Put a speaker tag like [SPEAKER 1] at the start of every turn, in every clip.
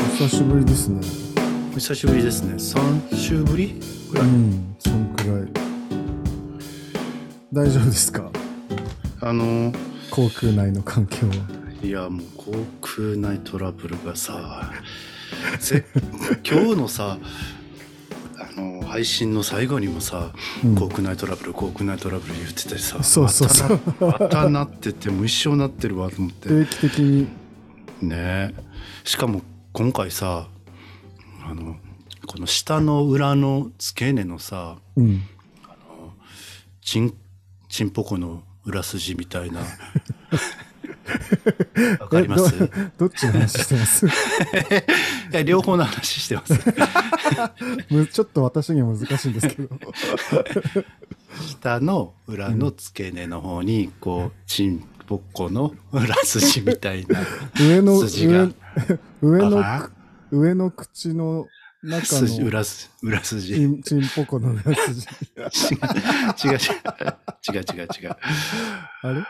[SPEAKER 1] ですね。
[SPEAKER 2] 久しぶりですね。3週ぶりぐら
[SPEAKER 1] う
[SPEAKER 2] い。
[SPEAKER 1] ん、そんくらい。大丈夫ですか
[SPEAKER 2] あの、
[SPEAKER 1] 航空内の環境は。
[SPEAKER 2] いや、もう航空内トラブルが さ、せ今日のさ、あの、配信の最後にもさ、
[SPEAKER 1] うん
[SPEAKER 2] 航空内トラブル、航空内トラブル言っててさ、
[SPEAKER 1] そうそうそう
[SPEAKER 2] またなまたなってて、もう一生なってるわと思って。
[SPEAKER 1] 定期的に。
[SPEAKER 2] ねえしかも今回さあのこの下の裏の付け根のさ
[SPEAKER 1] うん。
[SPEAKER 2] ちんちんぽこの裏筋みたい なわかります
[SPEAKER 1] え どどっちの話してます
[SPEAKER 2] いや両方の話してます
[SPEAKER 1] むちょっと私には難しいんですけど。
[SPEAKER 2] 下の裏の付け根の方にこうちんぽこの裏筋みたいな
[SPEAKER 1] 上 の、
[SPEAKER 2] 筋が
[SPEAKER 1] 上上の、
[SPEAKER 2] あ
[SPEAKER 1] 上の口の中
[SPEAKER 2] 筋
[SPEAKER 1] の
[SPEAKER 2] 裏筋裏筋
[SPEAKER 1] ちんちんぽこの裏筋。
[SPEAKER 2] 違う違う違う違う違う
[SPEAKER 1] あれ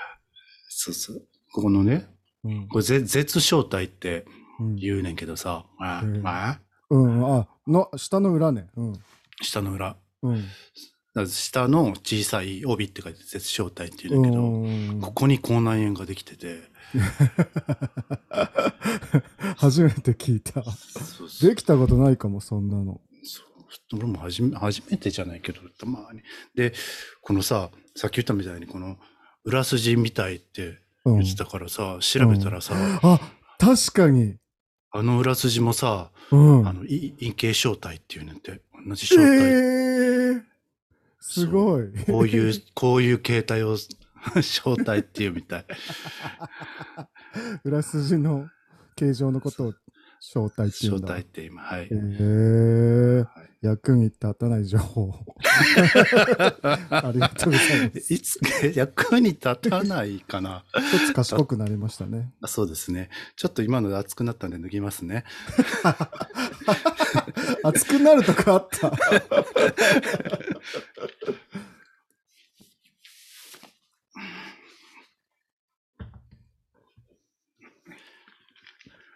[SPEAKER 2] そうそうここのね
[SPEAKER 1] うん
[SPEAKER 2] これぜ絶小体って
[SPEAKER 1] うん
[SPEAKER 2] 言うねんけどさ、まあ
[SPEAKER 1] うん
[SPEAKER 2] まあ、
[SPEAKER 1] うん、あ、の、下の裏ね。うん。
[SPEAKER 2] 下の裏。だか
[SPEAKER 1] うん。
[SPEAKER 2] ら下の小さい帯って書いて絶小体って言
[SPEAKER 1] う
[SPEAKER 2] うんねん
[SPEAKER 1] う
[SPEAKER 2] けど、
[SPEAKER 1] んうん
[SPEAKER 2] ここに口内炎ができてて。
[SPEAKER 1] 初めて聞いた。
[SPEAKER 2] そうそう
[SPEAKER 1] できたことないかも、そんなの。
[SPEAKER 2] そう俺も初め初めてじゃないけど、たまに。で、このさ、さっき言ったみたいに、この裏筋みたいって
[SPEAKER 1] うん
[SPEAKER 2] 言ってたからさ、調べたらさ、
[SPEAKER 1] あ、確かに。
[SPEAKER 2] あの裏筋もさ、
[SPEAKER 1] うん。
[SPEAKER 2] あの、い陰形小体っていうねんって、同じ
[SPEAKER 1] え
[SPEAKER 2] 小体。
[SPEAKER 1] ーすごい。
[SPEAKER 2] こういう、こういう形態を小体っていう みたい。
[SPEAKER 1] 裏筋の形状のことを正体っていうん
[SPEAKER 2] 小
[SPEAKER 1] だ。
[SPEAKER 2] 体って今、はい
[SPEAKER 1] え。ー
[SPEAKER 2] はい
[SPEAKER 1] 役に立たない情報。ありがとうござい ます。
[SPEAKER 2] いつ役に立たないかな。
[SPEAKER 1] 一つ賢くなりましたね。
[SPEAKER 2] あそうですね。ちょっと今ので熱くなったんで脱ぎますね。
[SPEAKER 1] 熱くなるとかあった。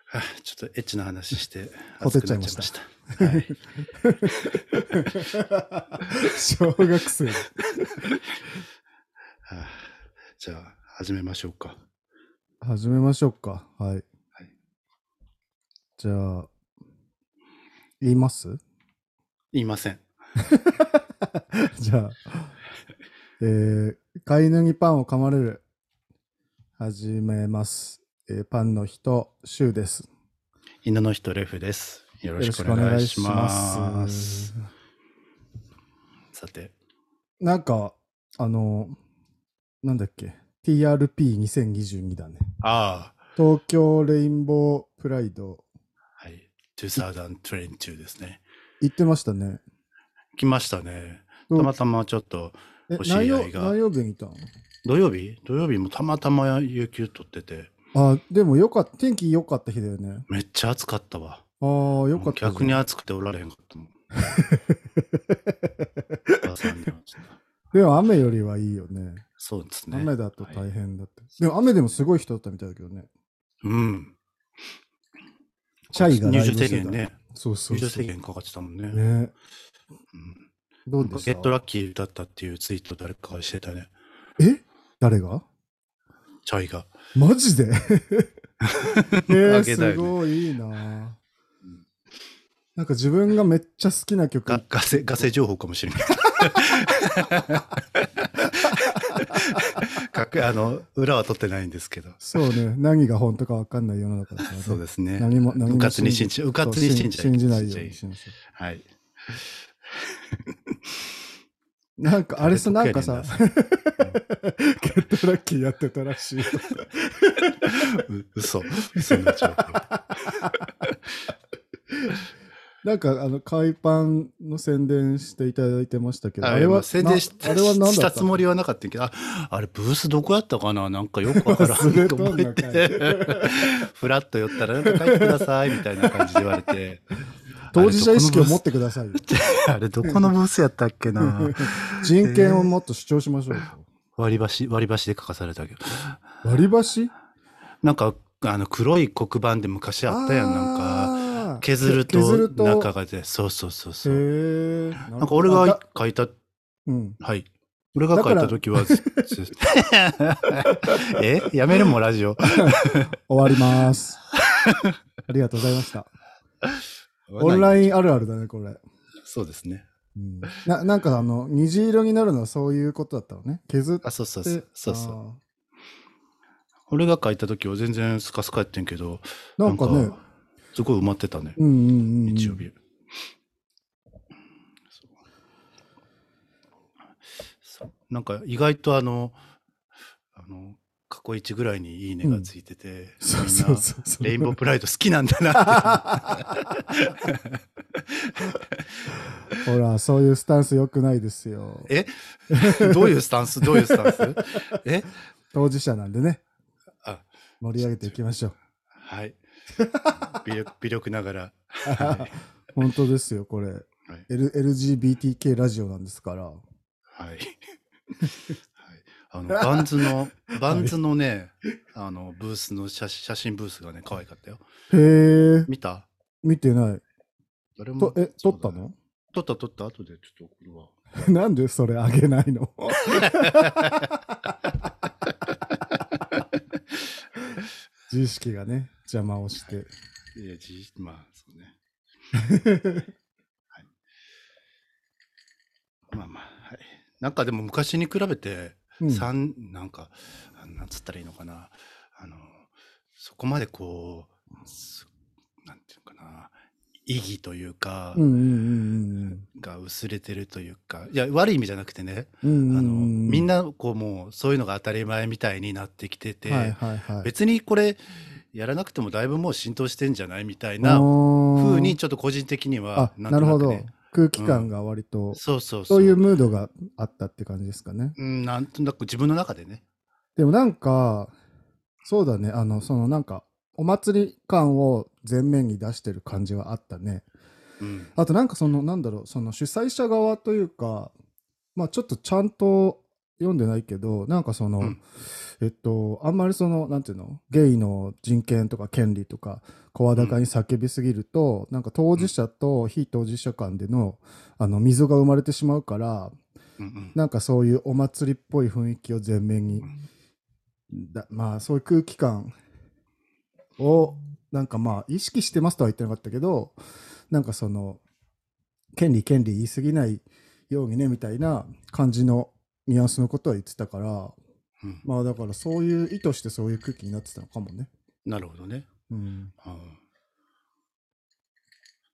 [SPEAKER 2] はあちょっとエッチな話して
[SPEAKER 1] ほて
[SPEAKER 2] 熱
[SPEAKER 1] っ
[SPEAKER 2] く
[SPEAKER 1] ちゃ
[SPEAKER 2] な
[SPEAKER 1] ま
[SPEAKER 2] いっちゃい
[SPEAKER 1] した
[SPEAKER 2] ました。はい、
[SPEAKER 1] 小学生。
[SPEAKER 2] はあじゃあ始めましょうか。
[SPEAKER 1] 始めましょうか。はい。
[SPEAKER 2] い
[SPEAKER 1] じゃあ、言います
[SPEAKER 2] 言いません。
[SPEAKER 1] じゃあ、えー飼い犬にパンを噛まれる。始めます。えーパンの人、シュウです。
[SPEAKER 2] 犬の人レフです。よろしくお願いします。
[SPEAKER 1] す。
[SPEAKER 2] さて、
[SPEAKER 1] なんか、あの、なんだっけ、TRP2022 だね。
[SPEAKER 2] ああ、
[SPEAKER 1] 東京レインボープライド、
[SPEAKER 2] はい。2022ですね。
[SPEAKER 1] 行ってましたね。
[SPEAKER 2] 来ましたね。た
[SPEAKER 1] うん
[SPEAKER 2] またまちょっと
[SPEAKER 1] え
[SPEAKER 2] お、知り合
[SPEAKER 1] 何曜
[SPEAKER 2] いが
[SPEAKER 1] 何曜日にいたの
[SPEAKER 2] 土曜日土曜日もたまたま有給取ってて、
[SPEAKER 1] あ、でもよかった、天気良かった日だよね。
[SPEAKER 2] めっちゃ暑かったわ。
[SPEAKER 1] ああ、よかったじゃん。
[SPEAKER 2] 逆に暑くておられへんか ったもん。朝に
[SPEAKER 1] でも雨よりはいいよね。
[SPEAKER 2] そうですね。
[SPEAKER 1] 雨だと大変だって。
[SPEAKER 2] い
[SPEAKER 1] でも雨でもすごい人だったみたいだけどね。
[SPEAKER 2] うん。
[SPEAKER 1] チャイが
[SPEAKER 2] 入
[SPEAKER 1] ライ
[SPEAKER 2] 場
[SPEAKER 1] ブして
[SPEAKER 2] 制
[SPEAKER 1] た
[SPEAKER 2] 限ね。
[SPEAKER 1] そうそ
[SPEAKER 2] 入
[SPEAKER 1] う
[SPEAKER 2] 場
[SPEAKER 1] そう。
[SPEAKER 2] 制限かかってたもんね。
[SPEAKER 1] ね。
[SPEAKER 2] うん
[SPEAKER 1] どうで
[SPEAKER 2] ゲ
[SPEAKER 1] し
[SPEAKER 2] ット
[SPEAKER 1] た
[SPEAKER 2] ラッキーだったっていうツイート誰かがしてたね。
[SPEAKER 1] え誰が
[SPEAKER 2] チャイが。
[SPEAKER 1] マジ でえ
[SPEAKER 2] あ
[SPEAKER 1] ー、
[SPEAKER 2] げたよね
[SPEAKER 1] すごいいいななんか自分がめっちゃ好きな曲
[SPEAKER 2] が、ガセ、ガセ情報かもし れない。かくあの、裏は取ってないんですけど。
[SPEAKER 1] そうね何が本当か分かんない世の中だから、ね、
[SPEAKER 2] そうですね。
[SPEAKER 1] 何も何も
[SPEAKER 2] うかつに信じうかつに信じ
[SPEAKER 1] そう信じないようにしましょ
[SPEAKER 2] はい。
[SPEAKER 1] うなんかあれさなんか さ
[SPEAKER 2] 誰得
[SPEAKER 1] ゲットラッキーやってたらしいよ
[SPEAKER 2] やねんな、う嘘。嘘になっちゃうから。
[SPEAKER 1] なんかあの海パンの宣伝していただいてましたけど
[SPEAKER 2] あ
[SPEAKER 1] あ
[SPEAKER 2] れ
[SPEAKER 1] れ
[SPEAKER 2] は
[SPEAKER 1] は
[SPEAKER 2] 宣伝し
[SPEAKER 1] なあれは何だった
[SPEAKER 2] したつもりはなかったんやけど、ああれブースどこやったかななんかよく わからんと思っ
[SPEAKER 1] 忘れとんの
[SPEAKER 2] て、 フラッと寄ったら、なんか書いてくださいみたいな感じで言われて、
[SPEAKER 1] 当事者意識を持ってくださいよ
[SPEAKER 2] あれどこのブースや ったっけな
[SPEAKER 1] 人権をもっと主張しましょうよ
[SPEAKER 2] 割り箸、割り箸で書かされたけど、
[SPEAKER 1] 割り箸
[SPEAKER 2] なんかあの黒い黒板で昔あったやん、なんか。
[SPEAKER 1] あ
[SPEAKER 2] 削ると
[SPEAKER 1] 削ると
[SPEAKER 2] 中がでそうそうそ
[SPEAKER 1] へ
[SPEAKER 2] うそう
[SPEAKER 1] え。な
[SPEAKER 2] なんか俺が
[SPEAKER 1] だ
[SPEAKER 2] 書いた
[SPEAKER 1] うん。
[SPEAKER 2] はい俺が書いた時はずず えやめるもんラジオ
[SPEAKER 1] 終わり ます。ありがとうございました。オン
[SPEAKER 2] ン
[SPEAKER 1] ラインあるあるだね、これ。
[SPEAKER 2] そうですね
[SPEAKER 1] うん、ななんかあの虹色になるのはそういうことだったのね削って
[SPEAKER 2] あそうそうそうそうそ
[SPEAKER 1] あ
[SPEAKER 2] う俺が書いた時は全然スカスカやってんけど
[SPEAKER 1] ーなんかね
[SPEAKER 2] すごい埋まってたね、
[SPEAKER 1] うんうんうんうん
[SPEAKER 2] 日曜日そうそうなんか意外とあのあの過去一ぐらいにいいねがついてて、
[SPEAKER 1] そう
[SPEAKER 2] みん
[SPEAKER 1] そう
[SPEAKER 2] な
[SPEAKER 1] そうそう
[SPEAKER 2] レインボープライド好きなんだなって
[SPEAKER 1] ほらそういうスタンス良くないですよ
[SPEAKER 2] え どういうスタンスどういうスタンスえ
[SPEAKER 1] 当事者なんでね
[SPEAKER 2] あ
[SPEAKER 1] 盛り上げていきましょう
[SPEAKER 2] はい微力微力ながら、はい
[SPEAKER 1] 本当ですよこれ、L、LGBTK ラジオなんですから
[SPEAKER 2] はい。はい。 あの、バンズの、バンズのね、あの、ブースの写写真ブースがね、可愛かったよ。
[SPEAKER 1] へえ
[SPEAKER 2] 見た
[SPEAKER 1] 見てない
[SPEAKER 2] 誰も
[SPEAKER 1] と。え撮
[SPEAKER 2] そう
[SPEAKER 1] った
[SPEAKER 2] だ
[SPEAKER 1] の
[SPEAKER 2] 撮った撮った後で、ちょっとこれは。
[SPEAKER 1] なんでそれあげない の自意識がね邪魔をして
[SPEAKER 2] いや、じ、まあ、そうね。 はい、まあまあ、はい。なんかでも昔に比べて、
[SPEAKER 1] うん
[SPEAKER 2] 三、なんか、あなんつったらいいのかな。あの、そこまでこう、すなんていうのかな。意義というか、
[SPEAKER 1] うんうんうん
[SPEAKER 2] が薄れてるというかいや悪い意味じゃなくてね、
[SPEAKER 1] うんうんうんうん
[SPEAKER 2] あのみんなこうもうそういうのが当たり前みたいになってきてて、
[SPEAKER 1] はいはいはい、
[SPEAKER 2] 別にこれやらなくてもだいぶもう浸透してんじゃないみたいな
[SPEAKER 1] ふ
[SPEAKER 2] 風にちょっと個人的には
[SPEAKER 1] あなるほど、
[SPEAKER 2] んとなくね
[SPEAKER 1] 空気感が割と、
[SPEAKER 2] そうそうそう
[SPEAKER 1] そういうムードがあったって感じですかね
[SPEAKER 2] うんなんとなく自分の中でね
[SPEAKER 1] でもなんかそうだねあのそのなんかお祭り感を前面に出してる感じはあったね
[SPEAKER 2] うん
[SPEAKER 1] あとなんかそのなんだろうその主催者側というかまあちょっとちゃんと読んでないけどなんかその、
[SPEAKER 2] うん
[SPEAKER 1] えっとあんまりそのなんていうのゲイの人権とか権利とか声高に叫びすぎると、なんか当事者と非当事者間でのあの溝が生まれてしまうから
[SPEAKER 2] うんうん
[SPEAKER 1] なんかそういうお祭りっぽい雰囲気を前面に
[SPEAKER 2] うん
[SPEAKER 1] だまあそういう空気感をなんかまあ意識してますとは言ってなかったけどなんかその権利権利言い過ぎないようにねみたいな感じのニュアンスのことは言ってたから
[SPEAKER 2] うん
[SPEAKER 1] まあだからそういう意図してそういう空気になってたのかもね。
[SPEAKER 2] なるほどね,、
[SPEAKER 1] うん、
[SPEAKER 2] うん、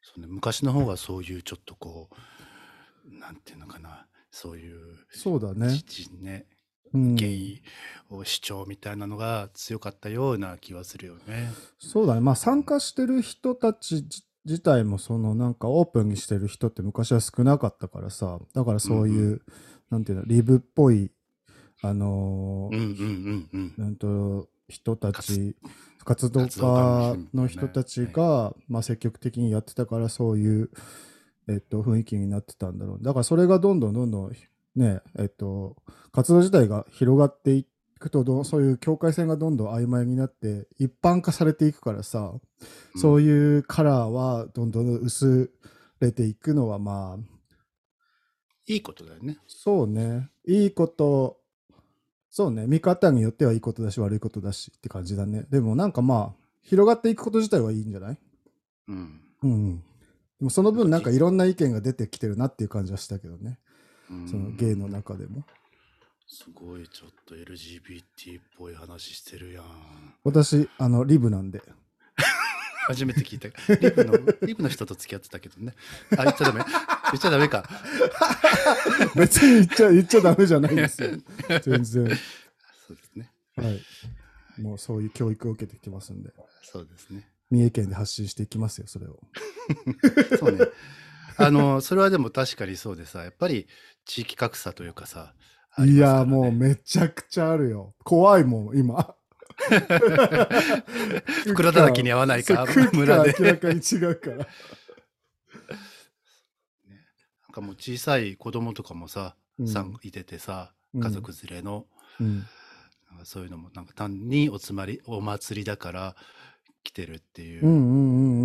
[SPEAKER 2] そうね昔の方がそういうちょっとこうなんていうのかなそういう
[SPEAKER 1] そうだね。
[SPEAKER 2] 父ね
[SPEAKER 1] うん、
[SPEAKER 2] ゲイを主張みたいなのが強かったような気はするよね。
[SPEAKER 1] そうだね。まあ参加してる人たち自自体もそのなんかオープンにしてる人って昔は少なかったからさ、だからそういう、
[SPEAKER 2] うん
[SPEAKER 1] なんていうの、リブっぽい、あのー
[SPEAKER 2] うんうんうんうん。
[SPEAKER 1] なんと人たち活動
[SPEAKER 2] 活動家の人
[SPEAKER 1] 家の人たちが、まあ、積極的にやってたからそういう、えっと、雰囲気になってたんだろうだからそれがどんどんどんどんねえっと活動自体が広がっていくとどうそういう境界線がどんどん曖昧になって一般化されていくからさ、そういうカラーはどんどん薄れていくのはまあ
[SPEAKER 2] いいことだよね。
[SPEAKER 1] そうねいいことそうね見方によってはいいことだし悪いことだしって感じだねでもなんかまあ広がっていくこと自体はいいんじゃない
[SPEAKER 2] うん。
[SPEAKER 1] うんうんでもその分なんかいろんな意見が出てきてるなっていう感じはしたけどね
[SPEAKER 2] うん
[SPEAKER 1] そのゲイの中でも
[SPEAKER 2] すごいちょっと LGBT っぽい話してるやん。
[SPEAKER 1] 私あのリブなんで
[SPEAKER 2] 初めて聞いた。リブの、 リブの人と付き合ってたけどね。あ、言っちゃダメ。言っちゃダメか。
[SPEAKER 1] 別に言っちゃ言っちゃダメじゃないんです よ全然は
[SPEAKER 2] そうですね。
[SPEAKER 1] いもうそういう教育を受けてきてますんで
[SPEAKER 2] そうですね。
[SPEAKER 1] 三重県で発信していきますよそれを
[SPEAKER 2] そうね。あの、それはでも確かにそうでさ、やっぱり地域格差というかさ、あり
[SPEAKER 1] い
[SPEAKER 2] ますか
[SPEAKER 1] や
[SPEAKER 2] らね
[SPEAKER 1] もうめちゃくちゃあるよ怖いもん今
[SPEAKER 2] 袋叩きに合わないか
[SPEAKER 1] そう空気感
[SPEAKER 2] 村で
[SPEAKER 1] 明らかに違うから
[SPEAKER 2] なんかもう小さい子供とかもさ、
[SPEAKER 1] うん
[SPEAKER 2] さんいてて
[SPEAKER 1] う
[SPEAKER 2] さ、
[SPEAKER 1] ん
[SPEAKER 2] 家族連れの、
[SPEAKER 1] うん
[SPEAKER 2] なんかそういうのもなんか単におつまりお祭りだから来てるっていうう、
[SPEAKER 1] んうんうん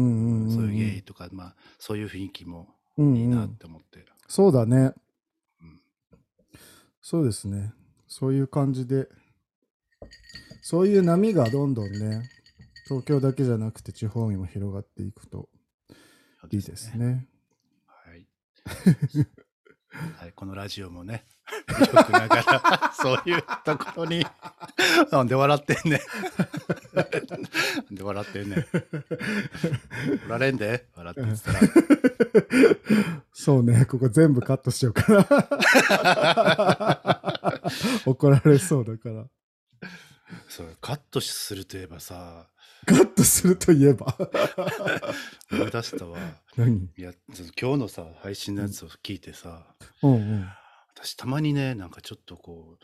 [SPEAKER 1] うんうん
[SPEAKER 2] そうそういうゲイとか、まあ、そういう雰囲気も
[SPEAKER 1] うん
[SPEAKER 2] いいな
[SPEAKER 1] う
[SPEAKER 2] っ
[SPEAKER 1] ん
[SPEAKER 2] て思って。
[SPEAKER 1] そうだね
[SPEAKER 2] うん。
[SPEAKER 1] そうですね。そういう感じで、そういう波がどんどんね、東京だけじゃなくて地方にも広がっていくといいです。ね。
[SPEAKER 2] はい。はい、このラジオもね、よくな がら、そういうところに、なんで笑ってんねん。なんで笑ってんねん。おられんで、笑ってたら。
[SPEAKER 1] そうね、ここ全部カットしようかな。 怒られそうだから。
[SPEAKER 2] そう、カットするといえばさ、
[SPEAKER 1] カットするといえ ば。
[SPEAKER 2] 思い出したわ。
[SPEAKER 1] 何
[SPEAKER 2] いや、ちょっと今日のさ、配信のやつを聞いてさ、
[SPEAKER 1] うんうん。
[SPEAKER 2] 私たまにね、なんかちょっとこ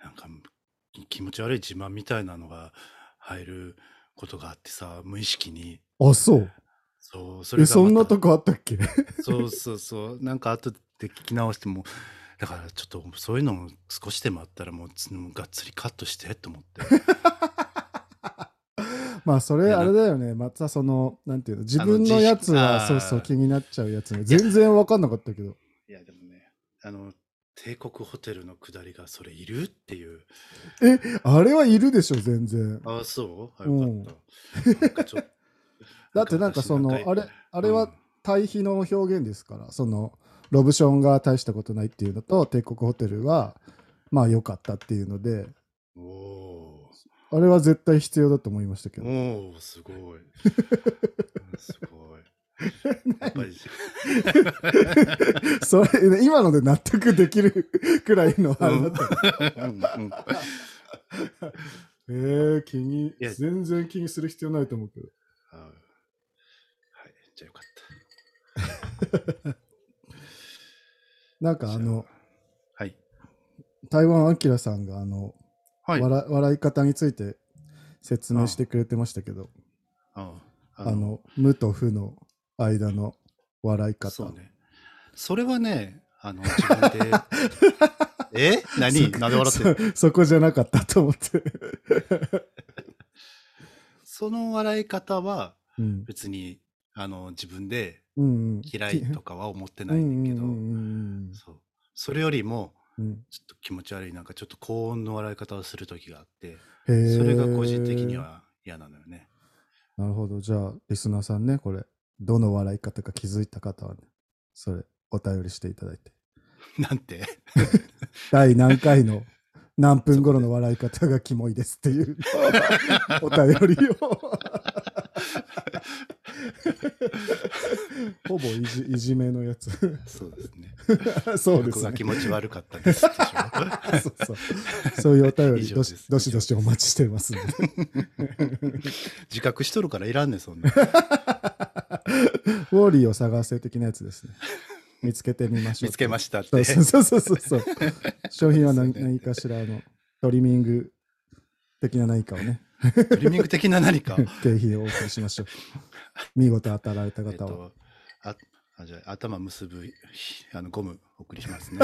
[SPEAKER 2] う、なんか気持ち悪い自慢みたいなのが入ることがあってさ、無意識に。
[SPEAKER 1] あ、そう。
[SPEAKER 2] そう、そ
[SPEAKER 1] え、
[SPEAKER 2] ま
[SPEAKER 1] そ
[SPEAKER 2] た
[SPEAKER 1] んなとこあったっ け
[SPEAKER 2] そうそうそう。なんか後で聞き直しても、だからちょっとそういうのも少しでもあったらもうつもうがっつりカットしてと思って。
[SPEAKER 1] まあそ
[SPEAKER 2] い
[SPEAKER 1] れ
[SPEAKER 2] や
[SPEAKER 1] あ
[SPEAKER 2] なん
[SPEAKER 1] れだよねまたそのなんていうの自
[SPEAKER 2] あの
[SPEAKER 1] 分のやつは
[SPEAKER 2] 自
[SPEAKER 1] そ
[SPEAKER 2] 粛
[SPEAKER 1] うそう
[SPEAKER 2] あー
[SPEAKER 1] 気になっちゃうやつね全然わかんなかったけど
[SPEAKER 2] いやでもね、あの、帝国ホテルの下りがそれいるっていう。
[SPEAKER 1] えあれはいるでしょ全然
[SPEAKER 2] ああ、そうあ
[SPEAKER 1] う
[SPEAKER 2] よ
[SPEAKER 1] ん
[SPEAKER 2] かった。なんかちょっと
[SPEAKER 1] だってなんかその
[SPEAKER 2] なんか
[SPEAKER 1] あれあれ
[SPEAKER 2] う
[SPEAKER 1] は
[SPEAKER 2] ん
[SPEAKER 1] 対比の表現ですからそのロブションが大したことないっていうのと帝国ホテルはまあ良かったっていうので
[SPEAKER 2] お
[SPEAKER 1] あれは絶対必要だと思いましたけ
[SPEAKER 2] ー
[SPEAKER 1] ど
[SPEAKER 2] おー、すごい。すごい。 やっぱり、
[SPEAKER 1] それ今ので納得できるくらいのあれだった、
[SPEAKER 2] うんうん
[SPEAKER 1] えー、気に
[SPEAKER 2] いや
[SPEAKER 1] 全然気にする必要ないと思うけど
[SPEAKER 2] あはい、じゃあよかった。
[SPEAKER 1] なんかあ
[SPEAKER 2] じゃ
[SPEAKER 1] の
[SPEAKER 2] はい。
[SPEAKER 1] 台湾アキラさんがあの
[SPEAKER 2] はい。あ
[SPEAKER 1] 笑笑い方について説明してくれてましたけど
[SPEAKER 2] あ
[SPEAKER 1] あ
[SPEAKER 2] あ
[SPEAKER 1] の無と不の間の笑い方
[SPEAKER 2] そうね。それはね、あの、自分 で。え何
[SPEAKER 1] そ
[SPEAKER 2] なんで笑ってる
[SPEAKER 1] そそこじゃなかったと思って、
[SPEAKER 2] その笑い方は
[SPEAKER 1] うん、
[SPEAKER 2] 別に、あの、自分で
[SPEAKER 1] うんうん
[SPEAKER 2] 嫌いとかは思ってな
[SPEAKER 1] う
[SPEAKER 2] い
[SPEAKER 1] ん
[SPEAKER 2] んだけ ど、
[SPEAKER 1] うんうん
[SPEAKER 2] そう。それよりも、
[SPEAKER 1] うんうん
[SPEAKER 2] ちょっと気持ち悪い、なんかちょっと高音の笑い方をする時があって、
[SPEAKER 1] へー
[SPEAKER 2] それが個人的には嫌なのよね。
[SPEAKER 1] なるほどじゃあリスナーさんねこれどの笑い方か気づいた方はねそれお便りしていただいて
[SPEAKER 2] なんて
[SPEAKER 1] 第何回 の何分頃の笑い方がキモいですっていうお便 りをほぼいじいじめのや つ
[SPEAKER 2] そうですね。
[SPEAKER 1] そうで
[SPEAKER 2] 僕
[SPEAKER 1] す
[SPEAKER 2] が
[SPEAKER 1] ね
[SPEAKER 2] 気持ち悪かったですでしょ。
[SPEAKER 1] そうそうそういうお便
[SPEAKER 2] 以
[SPEAKER 1] り
[SPEAKER 2] 上
[SPEAKER 1] ど
[SPEAKER 2] で
[SPEAKER 1] し
[SPEAKER 2] す
[SPEAKER 1] どしどしお待ちしてますんで
[SPEAKER 2] 自覚しとるからいらんねん、そんな。
[SPEAKER 1] ウォーリーを探せ的なやつです ね見つけてみましょう
[SPEAKER 2] 見つけましたって。
[SPEAKER 1] そうそうそうそうそ う商品は何
[SPEAKER 2] そうですね
[SPEAKER 1] 何かしらあのトリミング的な何かをね
[SPEAKER 2] トリミング的な何 か。
[SPEAKER 1] 経費をお送りしまし ょう見事当たられた
[SPEAKER 2] えっ
[SPEAKER 1] 方は、
[SPEAKER 2] と、あ、あじゃあ頭結ぶひあのゴムお送りしますね。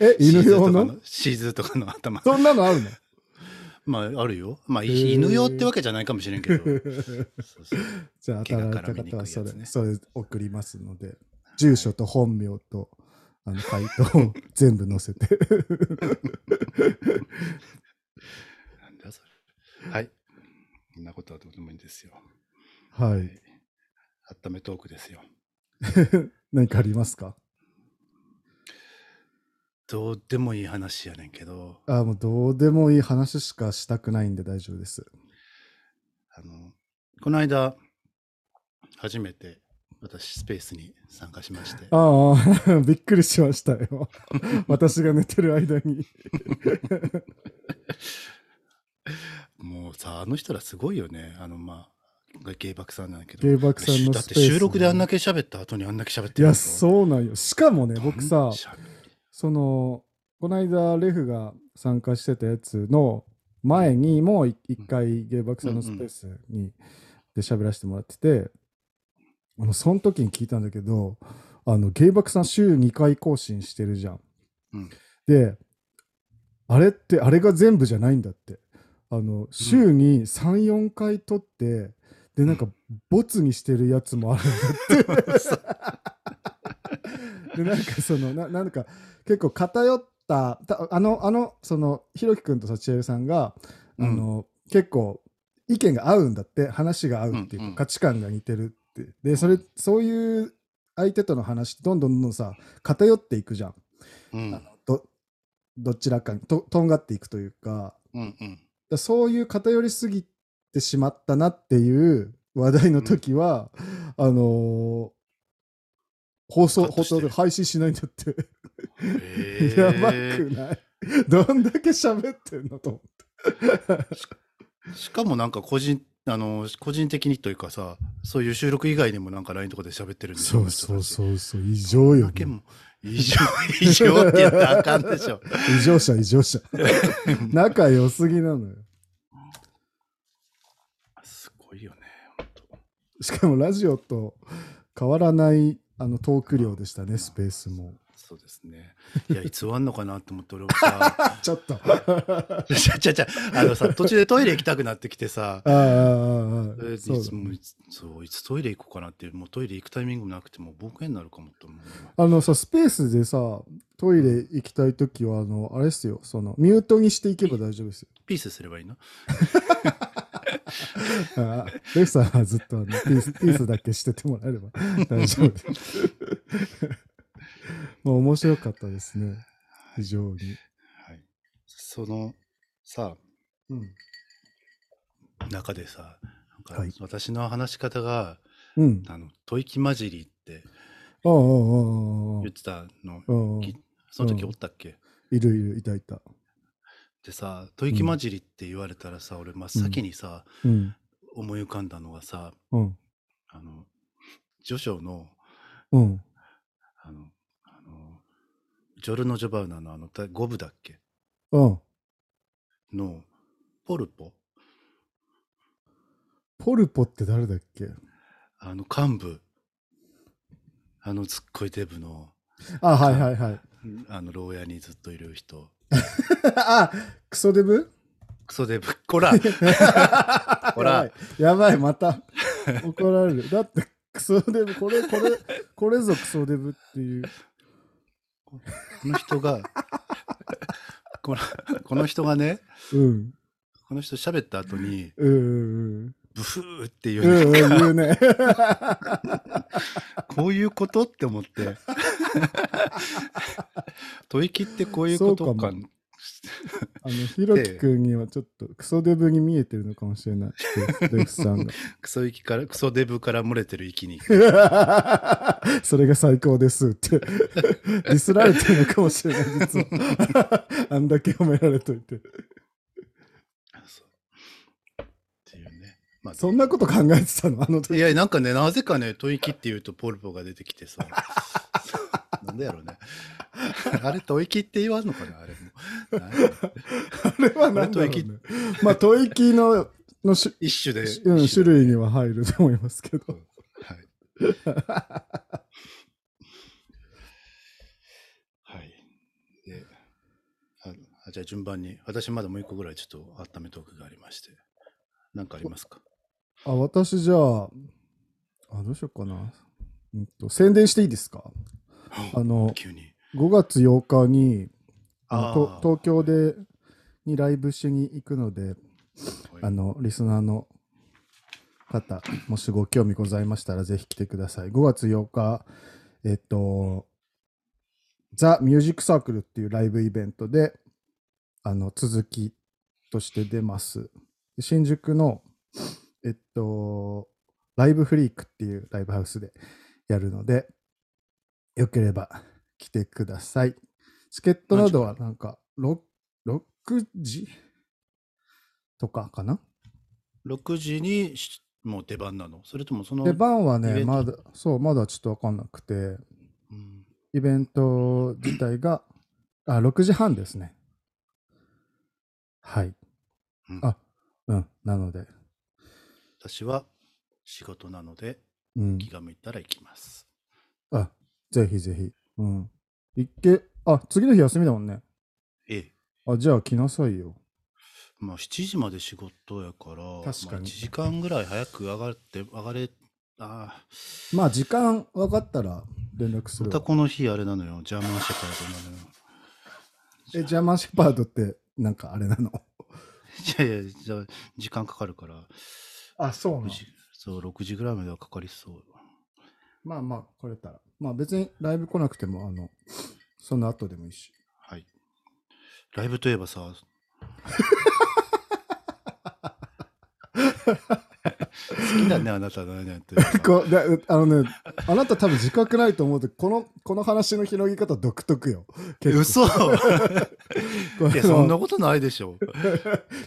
[SPEAKER 1] え
[SPEAKER 2] シ
[SPEAKER 1] 犬
[SPEAKER 2] ーズー
[SPEAKER 1] 用
[SPEAKER 2] とか
[SPEAKER 1] の
[SPEAKER 2] のシーズーとかの頭。
[SPEAKER 1] そんなのある の
[SPEAKER 2] まああるよ。まあ
[SPEAKER 1] へー
[SPEAKER 2] い犬用ってわけじゃないかもしれ んけど。そうそう
[SPEAKER 1] じゃあ当たられた
[SPEAKER 2] 毛が絡みに
[SPEAKER 1] 方
[SPEAKER 2] くいや
[SPEAKER 1] は
[SPEAKER 2] つ
[SPEAKER 1] そ
[SPEAKER 2] ね
[SPEAKER 1] れ、それ送りますので住所と本名とあの回答 を全部載せて
[SPEAKER 2] なんだそれ。はい。こんなことはどうでもいいんですよ。
[SPEAKER 1] は
[SPEAKER 2] はいい温めトークですよ。
[SPEAKER 1] 何かありますか
[SPEAKER 2] どうでもいい話やねんけど、
[SPEAKER 1] あもうどうでもいい話しかしたくないんで大丈夫です
[SPEAKER 2] あの、この間、初めて私スペースに参加しまして。
[SPEAKER 1] ああびっくりしましたよ私が寝てる間に
[SPEAKER 2] もうさ、あの人らすごいよね。あの、まあ、ゲイバクさんなんだけど。
[SPEAKER 1] 芸爆さんの
[SPEAKER 2] だっ
[SPEAKER 1] ス
[SPEAKER 2] て
[SPEAKER 1] ペースに
[SPEAKER 2] 収録であんだけ喋った後にあんだけ喋っ
[SPEAKER 1] い
[SPEAKER 2] てる
[SPEAKER 1] や
[SPEAKER 2] ぞ
[SPEAKER 1] そうなんよしかもね
[SPEAKER 2] どん
[SPEAKER 1] 僕さ
[SPEAKER 2] 喋り
[SPEAKER 1] そのこの間レフが参加してたやつの前にもうい一回芸爆さんのスペースにで喋らせてもらっててあのその時に聞いたんだけどあの芸爆さん週2回更新してるじゃん。
[SPEAKER 2] うん
[SPEAKER 1] であれってあれが全部じゃないんだってあの週に34回撮ってで、なんか、ボツにしてるやつもあるんだって。で、なんかその、ななんか、結構偏った、たあの、あの、その、ひろきくんとさ、ちえるさんが、あの、結構、意見が合うんだって、話が合うっていうか、
[SPEAKER 2] うんうん
[SPEAKER 1] 価値観が似てるって。で、それ、そういう相手との話、どんどんどんどんさ、偏っていくじゃん。
[SPEAKER 2] うん
[SPEAKER 1] あのどどちらかにととんがっていくというか
[SPEAKER 2] うんうん
[SPEAKER 1] だそういう偏りすぎてしまったなっていう話題の時は、あのー放送
[SPEAKER 2] カット
[SPEAKER 1] 放
[SPEAKER 2] して
[SPEAKER 1] 送で配信しないんだって、
[SPEAKER 2] へ
[SPEAKER 1] やば
[SPEAKER 2] ー
[SPEAKER 1] くないどんだけ喋ってんのと思って
[SPEAKER 2] しかもなんか個人あの個人的にというかさそういう収録以外にもなんか LINE とかで喋ってるんでしょう
[SPEAKER 1] うそう異常
[SPEAKER 2] だけも異常 異常って言ったらあかんでしょ
[SPEAKER 1] 異常者異常者仲良すぎなのよ
[SPEAKER 2] すごいよね
[SPEAKER 1] しかもラジオと変わらないあのトーク量でしたねスペースも
[SPEAKER 2] そうですねいやいつ終わんのかなと思って俺もさ
[SPEAKER 1] ちょっと
[SPEAKER 2] ちゃちゃちゃあのさ途中でトイレ行きたくなってきてさ
[SPEAKER 1] ああああああ
[SPEAKER 2] えー
[SPEAKER 1] そう
[SPEAKER 2] いつ
[SPEAKER 1] だ
[SPEAKER 2] もいつそういつトイレ行こうかなってもうトイレ行くタイミングもなくてもう冒険になるかもと思う
[SPEAKER 1] あのさスペースでさトイレ行きたい時はあのあれっすよそのミュートにしていけば大丈夫ですよ
[SPEAKER 2] ピースすればいいな
[SPEAKER 1] ああレフさんはずっとあのピースピースだけしててもらえれば 大丈夫ですまあ面白かったですね非常に、
[SPEAKER 2] はい、そのさ
[SPEAKER 1] うん、
[SPEAKER 2] 中でさなんか
[SPEAKER 1] はい
[SPEAKER 2] 私の話し方が
[SPEAKER 1] うん
[SPEAKER 2] 「あの吐息混じり」って
[SPEAKER 1] あああああ
[SPEAKER 2] 言ってたの、
[SPEAKER 1] あああ
[SPEAKER 2] きその時おったっけ、
[SPEAKER 1] いるいるいたいた
[SPEAKER 2] でさ「吐息混じり」って言われたらさ、俺真っ先にさ、
[SPEAKER 1] うん
[SPEAKER 2] 思い浮かんだのがさ
[SPEAKER 1] うん
[SPEAKER 2] あの序章の
[SPEAKER 1] うん
[SPEAKER 2] あのあのジョルノ・ジョバウナのあのだ五部だっけ
[SPEAKER 1] うん
[SPEAKER 2] のポルポ
[SPEAKER 1] ポルポって誰だっけ
[SPEAKER 2] あの幹部あのすっごいデブの
[SPEAKER 1] あはいはいはい
[SPEAKER 2] あの牢屋にずっといる人
[SPEAKER 1] あクソデブ
[SPEAKER 2] クソデブこらほ
[SPEAKER 1] や
[SPEAKER 2] ら
[SPEAKER 1] ばいやばいまた怒られるだってクソデブこれこれこれぞクソデブっていう
[SPEAKER 2] この人がこのこの人がね
[SPEAKER 1] うん
[SPEAKER 2] この人喋った後に
[SPEAKER 1] うんうん
[SPEAKER 2] ブフーっていううね、
[SPEAKER 1] んうん言う ね
[SPEAKER 2] こういうことって思って 吐息ってこういうこと
[SPEAKER 1] そう
[SPEAKER 2] か
[SPEAKER 1] かもあのひろきくんにはちょっとクソデブに見えてるのかもしれないレフさん
[SPEAKER 2] クソ息からクソデブから漏れてる息に
[SPEAKER 1] がそれが最高です ってディスられてるのかもしれない実 はあんだけ褒められといて
[SPEAKER 2] そうっていうね、まあ
[SPEAKER 1] そんなこと考えてたのあの時
[SPEAKER 2] いやなんかねなぜかね吐息って言うとポルポが出てきてさ なんでやろうねあれ吐息って言わんのかなあれもなんやろ
[SPEAKER 1] あれは何だろう、
[SPEAKER 2] これ
[SPEAKER 1] ね、まあ吐息ののし
[SPEAKER 2] 一種で
[SPEAKER 1] うん、
[SPEAKER 2] 一
[SPEAKER 1] 種
[SPEAKER 2] で
[SPEAKER 1] 類には入ると思いますけど。
[SPEAKER 2] はい。はい。で、ああじゃあ順番に、私まだもう一個ぐらいちょっと温めトークがありまして、何かありますか
[SPEAKER 1] あ、私じゃあ、あ、どうしようかな。うんと、宣伝していいですかあの、
[SPEAKER 2] 急に。
[SPEAKER 1] 5月8日に、あの
[SPEAKER 2] あー
[SPEAKER 1] と東京で、にライブしに行くので、
[SPEAKER 2] はい
[SPEAKER 1] あの、リスナーの方、もしご興味ございましたら、ぜひ来てください。5月8日、えっと、ザ・ミュージック・サークルっていうライブイベントで、あの、続きとして出ます。で新宿の、えっと、ライブフリークっていうライブハウスでやるので、よければ来てください。チケットなどはなんか、ろ6時とかかな
[SPEAKER 2] 6時にしもう出番なのそれともその、
[SPEAKER 1] 出番は
[SPEAKER 2] イベ
[SPEAKER 1] ね、
[SPEAKER 2] ント
[SPEAKER 1] まだ、そう、まだちょっとわかんなくて、
[SPEAKER 2] うん
[SPEAKER 1] イベント自体が、あ、6時半ですね。はい。
[SPEAKER 2] うん
[SPEAKER 1] あ、うん、なので、
[SPEAKER 2] 私は仕事なので
[SPEAKER 1] うん、
[SPEAKER 2] 気が向いたら行きます。
[SPEAKER 1] あ、ぜひぜひ、うん。行け、あ、次の日休みだもんね。
[SPEAKER 2] ええ。
[SPEAKER 1] あ、じゃあ来なさいよ。
[SPEAKER 2] まあ7時まで仕事やから、
[SPEAKER 1] 確かに
[SPEAKER 2] まあ1時間ぐらい早く上がって、上がれ、ああ、
[SPEAKER 1] まあ時間分かったら連絡す
[SPEAKER 2] ま
[SPEAKER 1] る
[SPEAKER 2] た
[SPEAKER 1] わ。
[SPEAKER 2] この日あれなのよ、ジャーマンシェパードなのよ。
[SPEAKER 1] え、ジャーマンシェパードってなんかあれなの
[SPEAKER 2] いやいや、じゃあ時間かかるから、
[SPEAKER 1] あ、そう
[SPEAKER 2] 6時そう、6時ぐらいまではかかりそう。
[SPEAKER 1] まあまあ来れたら。まあ別にライブ来なくても、あの、その後でもいいし。
[SPEAKER 2] はい。ライブといえばさ、好きだね、あなたのね。 という か
[SPEAKER 1] こうだあのね、あなた多分自覚ないと思うけど、この、この話の広げ方独特よ。結
[SPEAKER 2] 嘘
[SPEAKER 1] 構
[SPEAKER 2] いや、
[SPEAKER 1] この
[SPEAKER 2] そんなことないでしょ。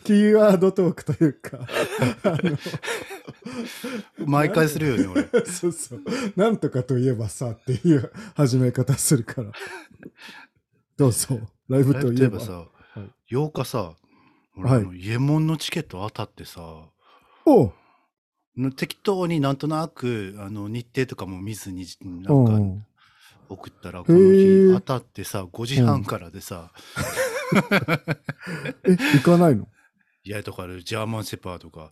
[SPEAKER 1] キーワードトークというか、
[SPEAKER 2] 毎回するよね、俺。
[SPEAKER 1] そうそう、なんとかといえばさっていう始め方する から。どうぞ、ライブ
[SPEAKER 2] ライ
[SPEAKER 1] と
[SPEAKER 2] ブ
[SPEAKER 1] い
[SPEAKER 2] とい
[SPEAKER 1] え
[SPEAKER 2] え
[SPEAKER 1] ば。
[SPEAKER 2] ばさ、
[SPEAKER 1] はい
[SPEAKER 2] 8日さ、俺、
[SPEAKER 1] はい
[SPEAKER 2] あの家門のチケット当たってさ、
[SPEAKER 1] おう
[SPEAKER 2] 適当になんとなくあの日程とかも見ずに、な
[SPEAKER 1] うん
[SPEAKER 2] か
[SPEAKER 1] ん
[SPEAKER 2] 送ったら、この
[SPEAKER 1] へ
[SPEAKER 2] 日
[SPEAKER 1] え
[SPEAKER 2] 当たってさ、5時半からでさ、
[SPEAKER 1] え、行かないの
[SPEAKER 2] いや、だから、ジャーマンシェパーとか。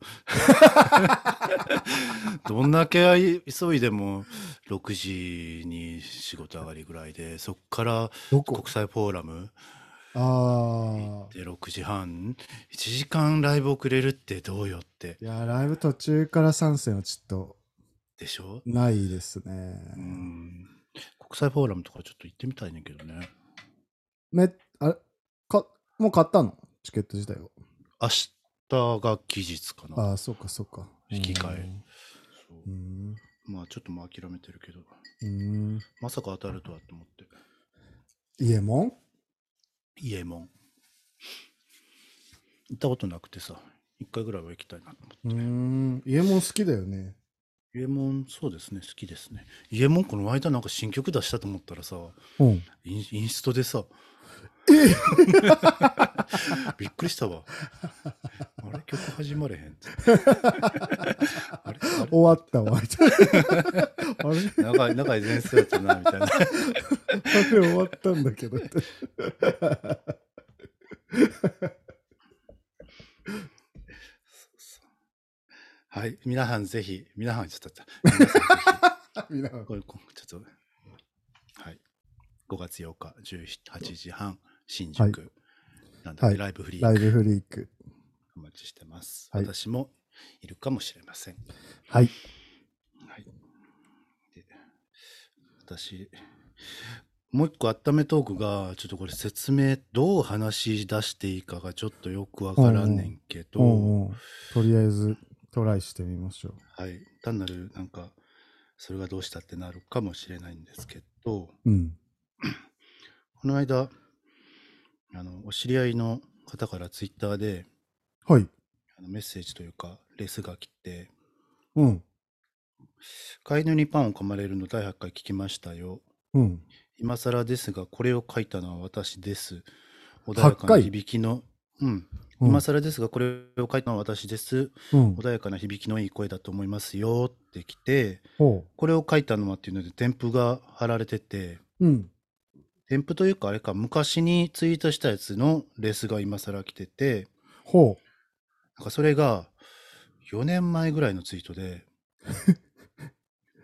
[SPEAKER 2] どんだけ急いでも、6時に仕事上がりぐらいで、そっから
[SPEAKER 1] ど
[SPEAKER 2] 国際フォーラム
[SPEAKER 1] ああ。
[SPEAKER 2] で6時半、1時間ライブ遅れるってどうよって、
[SPEAKER 1] いや、ライブ途中から参戦はちょっと
[SPEAKER 2] でしょ
[SPEAKER 1] ないですね。
[SPEAKER 2] うん。国際フォーラムとかちょっと行ってみたいねんけどね。
[SPEAKER 1] めあれかもう買ったのチケット自体を。
[SPEAKER 2] 明日が期日かな。
[SPEAKER 1] ああ、そうかそうか。
[SPEAKER 2] 引き換えそう
[SPEAKER 1] うーん。
[SPEAKER 2] まあ、ちょっともう諦めてるけど、
[SPEAKER 1] うーん。
[SPEAKER 2] まさか当たるとはと思って。
[SPEAKER 1] 家もん
[SPEAKER 2] 伊右衛門行ったことなくてさ一回ぐらいは行きたいなと思って
[SPEAKER 1] うーん。家もん好きだよね。
[SPEAKER 2] 伊右衛門そうですね好きですね伊右衛門この間なんか新曲出したと思ったらさ
[SPEAKER 1] うん。
[SPEAKER 2] インインストでさ
[SPEAKER 1] え
[SPEAKER 2] びっくりしたわあれ曲始まれへんってあれあれ
[SPEAKER 1] 終わった わ。みたいなあれ
[SPEAKER 2] 長い長い前奏やったなみたいな
[SPEAKER 1] あれ終わったんだけ どって。
[SPEAKER 2] はい皆さんぜひ皆さんちょっとあった皆さんぜ
[SPEAKER 1] みんな
[SPEAKER 2] ひこれこちょっとはい5月8日18時半新宿、
[SPEAKER 1] はい
[SPEAKER 2] なんだっ
[SPEAKER 1] は
[SPEAKER 2] け
[SPEAKER 1] い
[SPEAKER 2] ライブフリーク
[SPEAKER 1] ライブフリーク。
[SPEAKER 2] お待ちしてます。
[SPEAKER 1] はい
[SPEAKER 2] 私もいるかもしれません。
[SPEAKER 1] はい。
[SPEAKER 2] はい。で私、もう一個温めトークが、ちょっとこれ説明、どう話し出していいかがちょっとよくわからんねんけど、
[SPEAKER 1] うんうんとりあえずトライしてみましょう。
[SPEAKER 2] はい。単なる、なんか、それがどうしたってなるかもしれないんですけど、
[SPEAKER 1] うん。
[SPEAKER 2] この間、あの、お知り合いの方からツイッターで、
[SPEAKER 1] はい。
[SPEAKER 2] あのメッセージというか、レスが来て、
[SPEAKER 1] うん。
[SPEAKER 2] 飼い犬にパンを噛まれるの第8回聞きましたよ。
[SPEAKER 1] うん。
[SPEAKER 2] 今更ですが、これを書いたのは私です。穏やかな響きの、うん。
[SPEAKER 1] うん
[SPEAKER 2] 今更ですが、これを書いたのは私です。
[SPEAKER 1] うん。
[SPEAKER 2] 穏やかな響きのいい声だと思いますよってきて、
[SPEAKER 1] ほ
[SPEAKER 2] これを書いたのはっていうので、添付が貼られてて、
[SPEAKER 1] う。うん。
[SPEAKER 2] 添付というか、あれか、昔にツイートしたやつのレースが今更来てて、
[SPEAKER 1] ほ
[SPEAKER 2] なんかそれが4年前ぐらいのツイートで、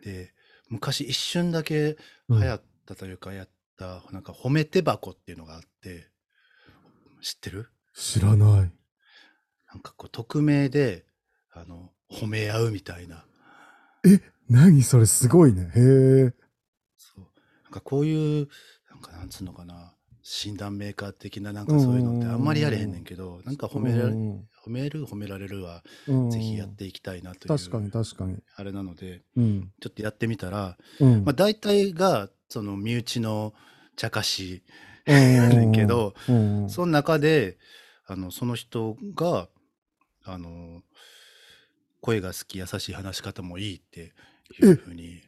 [SPEAKER 2] で、昔一瞬だけ
[SPEAKER 1] う。
[SPEAKER 2] 流行ったというかやった、なんか褒めて箱っていうのがあって知ってる
[SPEAKER 1] 知らない。
[SPEAKER 2] なんかこう匿名であの褒め合うみたいな
[SPEAKER 1] 何それすごいね。へえ。
[SPEAKER 2] そうなんかこういうなんかなんつうのかな診断メーカー的ななんかそういうのってあんまりやれへんねんけどなんか褒められ
[SPEAKER 1] う
[SPEAKER 2] 褒
[SPEAKER 1] ん
[SPEAKER 2] める褒められるは
[SPEAKER 1] うん
[SPEAKER 2] ぜひやっていきたいなという
[SPEAKER 1] 確かに確かに。
[SPEAKER 2] あれなので
[SPEAKER 1] うん。
[SPEAKER 2] ちょっとやってみたら、
[SPEAKER 1] うん。
[SPEAKER 2] まあ、大体がその身内の茶化し
[SPEAKER 1] うん
[SPEAKER 2] やねんけど、、
[SPEAKER 1] うん
[SPEAKER 2] その中であのその人があの声が好き優しい話し方もいいっていうふうに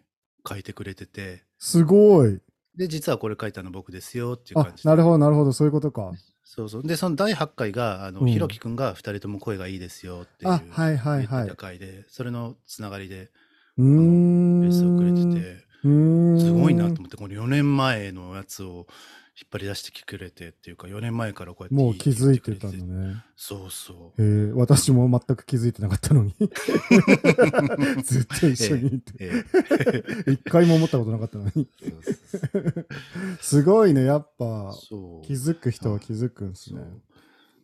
[SPEAKER 2] 書いてくれてて
[SPEAKER 1] すごい。
[SPEAKER 2] で実はこれ書いたの僕ですよっていう
[SPEAKER 1] あ
[SPEAKER 2] 感、じで
[SPEAKER 1] なるほど、なるほど、そういうことか。
[SPEAKER 2] そうそうでその第8回があの、
[SPEAKER 1] うん
[SPEAKER 2] ひろきくんが2人とも声がいいですよっていう
[SPEAKER 1] あ、はいはいはい。う
[SPEAKER 2] 回でそれのつながりで
[SPEAKER 1] ー
[SPEAKER 2] レ
[SPEAKER 1] ん。
[SPEAKER 2] ッスンをくれてて
[SPEAKER 1] うーん。
[SPEAKER 2] すごいなと思ってこの4年前のやつを引っ張り出してきてくれてっていうか、4年前からこうやって
[SPEAKER 1] もう気づいてた
[SPEAKER 2] 言ってく
[SPEAKER 1] の
[SPEAKER 2] れて。
[SPEAKER 1] ね。
[SPEAKER 2] そう そう。
[SPEAKER 1] えー、私も全く気づいてなかった のに。ずっと一緒にいて。
[SPEAKER 2] え
[SPEAKER 1] 一回も思ったことなかったのに。
[SPEAKER 2] えそうそうそう
[SPEAKER 1] すごいね、やっぱ。
[SPEAKER 2] そう。
[SPEAKER 1] 気づく人は気づくんですね。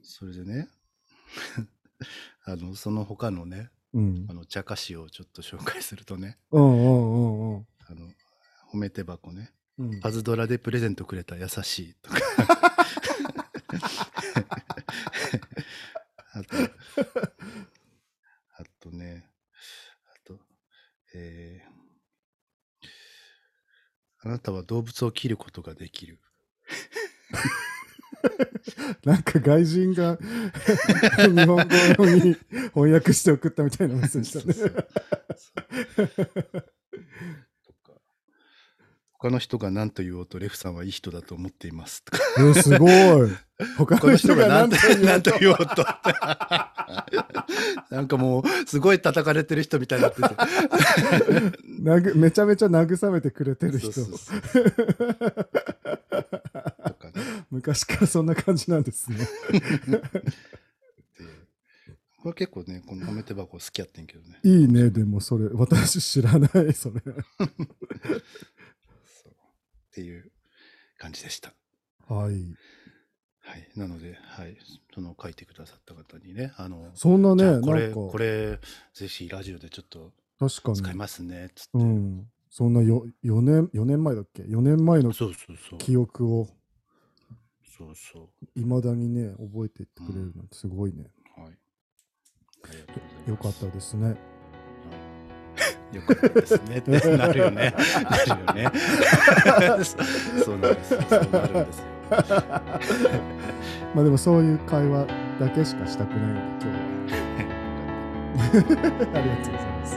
[SPEAKER 2] そうそれでね、 あの、その他のね、
[SPEAKER 1] うん
[SPEAKER 2] あ。の、茶菓子をちょっと紹介するとね、
[SPEAKER 1] うんうんうんうん。
[SPEAKER 2] あの、褒めて箱ね、
[SPEAKER 1] うん
[SPEAKER 2] パズドラでプレゼントくれた優しいとか。あと、あとね、あと、えーあなたは動物を切ることができる。
[SPEAKER 1] なんか外人が 日本語に翻訳して送ったみたいなメッセージだね。
[SPEAKER 2] そうそうそうとか他の人が何と言おうとレフさんはいい人だと思っていますとか
[SPEAKER 1] えすごい。他
[SPEAKER 2] 他
[SPEAKER 1] の
[SPEAKER 2] の
[SPEAKER 1] 人
[SPEAKER 2] 人
[SPEAKER 1] が
[SPEAKER 2] が
[SPEAKER 1] 何
[SPEAKER 2] 何
[SPEAKER 1] と
[SPEAKER 2] と
[SPEAKER 1] 言う
[SPEAKER 2] 何と言おうと。 なんかもう、すごい叩かれてる人みたいになってて。
[SPEAKER 1] なぐめちゃめちゃ慰めてくれてる人。
[SPEAKER 2] そうそうそうとかね。
[SPEAKER 1] 昔からそんな感じなんですね。
[SPEAKER 2] でこれ結構ね、この褒め手箱好きやってんけどね。
[SPEAKER 1] いいね、でもそれ。私知らない、それ。
[SPEAKER 2] そうっていう感じでした。
[SPEAKER 1] はい。
[SPEAKER 2] はい。なので、はい。その書いてくださった方にね、あの、
[SPEAKER 1] そんな
[SPEAKER 2] じ
[SPEAKER 1] ね、
[SPEAKER 2] ゃ
[SPEAKER 1] な
[SPEAKER 2] あ
[SPEAKER 1] ん
[SPEAKER 2] これ、
[SPEAKER 1] か、
[SPEAKER 2] これ、ぜひラジオでちょっと
[SPEAKER 1] 確か
[SPEAKER 2] 使い
[SPEAKER 1] に。
[SPEAKER 2] ますね、つって。
[SPEAKER 1] うん。そんなよ4年、4年前だっけ ?4 年前の
[SPEAKER 2] そうそうそう。
[SPEAKER 1] 記憶を
[SPEAKER 2] そうそ
[SPEAKER 1] いまだにね、覚えていってくれるなんてすごいね。
[SPEAKER 2] う。はい。ありがとうございます。
[SPEAKER 1] よかったですね。
[SPEAKER 2] よかったですねってなるよね。なるよね。そうなんですよ。そうなるんですよ。
[SPEAKER 1] まあでもそういう会 話だけしかしたくないんで、今日は。ありがとうございます。